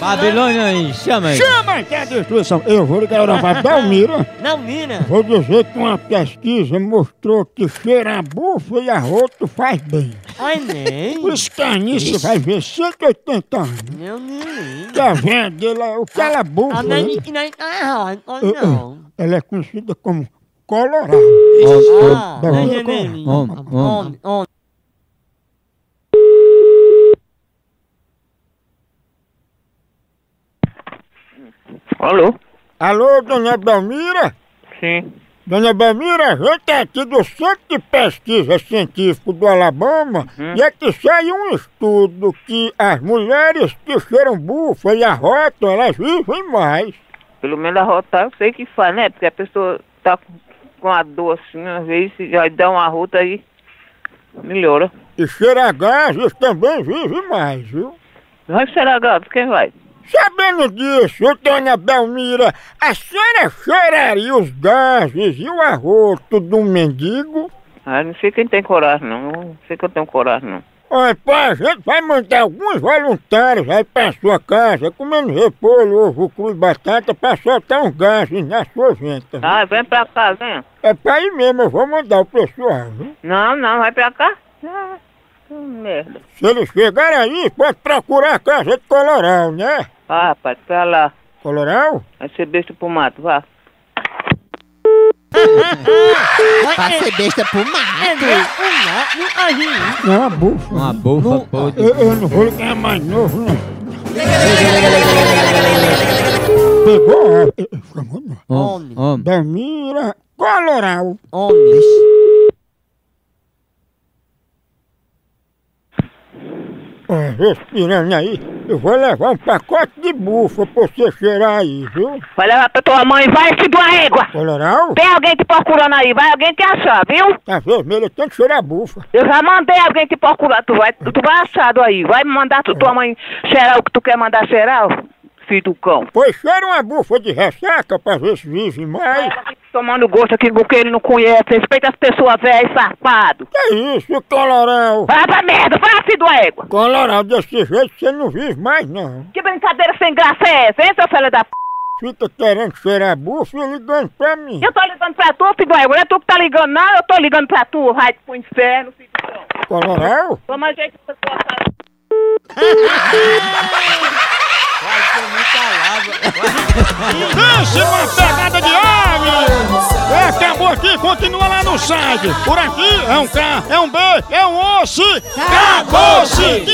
Babilônia aí, chama aí. Chama que é destruição. Eu vou ligar lá pra Belmira. Não, mina. Vou dizer que uma pesquisa mostrou que cheirar bufa e arroto faz bem. Ai, nem. Por isso que a Anice vai ver 180 anos. Meu menino. Que a véia dele, é- o que ela bufa, A Nani que não tá errada. eh, eh, Não. ela é conhecida como colorada. Ah, Bom, Nani, bom, Nani. bom, bom. Homem, homem. Alô? Alô, dona Belmira? Sim. Dona Belmira, a gente é aqui do Centro de Pesquisa Científico do Alabama Uhum. e aqui saiu um estudo que as mulheres que cheiram bufa e arrotam, elas vivem mais. Pelo menos arrotar eu sei que faz, né? Porque a pessoa tá com- com a dor assim, às vezes já dá uma rota aí, melhora. E cheirar gases também vive mais, viu? Vai cheirar gato, quem vai? Sabendo disso, dona Belmira, a senhora cheiraria os gases e o arroto do mendigo? Ah, não sei quem tem coragem, não. Não sei que eu tenho coragem, não. Olha, pá, a gente vai mandar alguns voluntários aí pra sua casa, comendo repolho, ovo cru e batata, pra soltar uns gases na sua venta. Ah, vem pra cá, vem. É pra aí mesmo, eu vou mandar o pessoal, viu? Não, não, vai pra cá. Ah, que merda. Se eles chegarem aí, pode procurar a casa de Coloral, né? Ah, rapaz, pra lá. Coloral? Vai ser besta pro mato, vá. Pra ser besta pro É mato. mesmo, né? Não, ai, É uma bufa. Uma bufa, pô. de- Eu, eu não vou ligar mais novo, não. Pegou a... eh, eh, Chamou não. Homem, homem. Belmira Coloral. Homem. Ó, respirando aí, eu vou levar um pacote de bufa pra você cheirar aí, viu? Vai levar pra tua mãe, vai seguir a régua. Coloral, Tem alguém te procurando aí, vai alguém te achar, viu? tá vermelho, tem que cheirar bufa. Eu já mandei alguém te procurar, tu vai, tu vai achado aí. Vai mandar tu, tua mãe cheirar o que tu quer mandar cheirar, ó, filho do cão. Pois cheira uma bufa de ressaca pra ver se vive mais. Ela fica tomando gosto aqui porque ele não conhece. Respeita as pessoas velhas, safado. Que isso, Coloral? Vai pra merda, vai, filho da égua. Coloral, desse jeito você não vive mais, não. Que brincadeira sem graça é essa, hein, seu filho da p... Fica querendo cheirar bufa e ligando pra mim. Eu tô ligando pra tu, filho da égua. Não é tu que tá ligando, não. Eu tô ligando pra tu, vai pro inferno, filho do cão. Coloral? Toma jeito pra tua cara. Uma pegada de homem! Acabou aqui, continua lá no site. Por aqui é um K, é um B, é um osso. Acabou-se!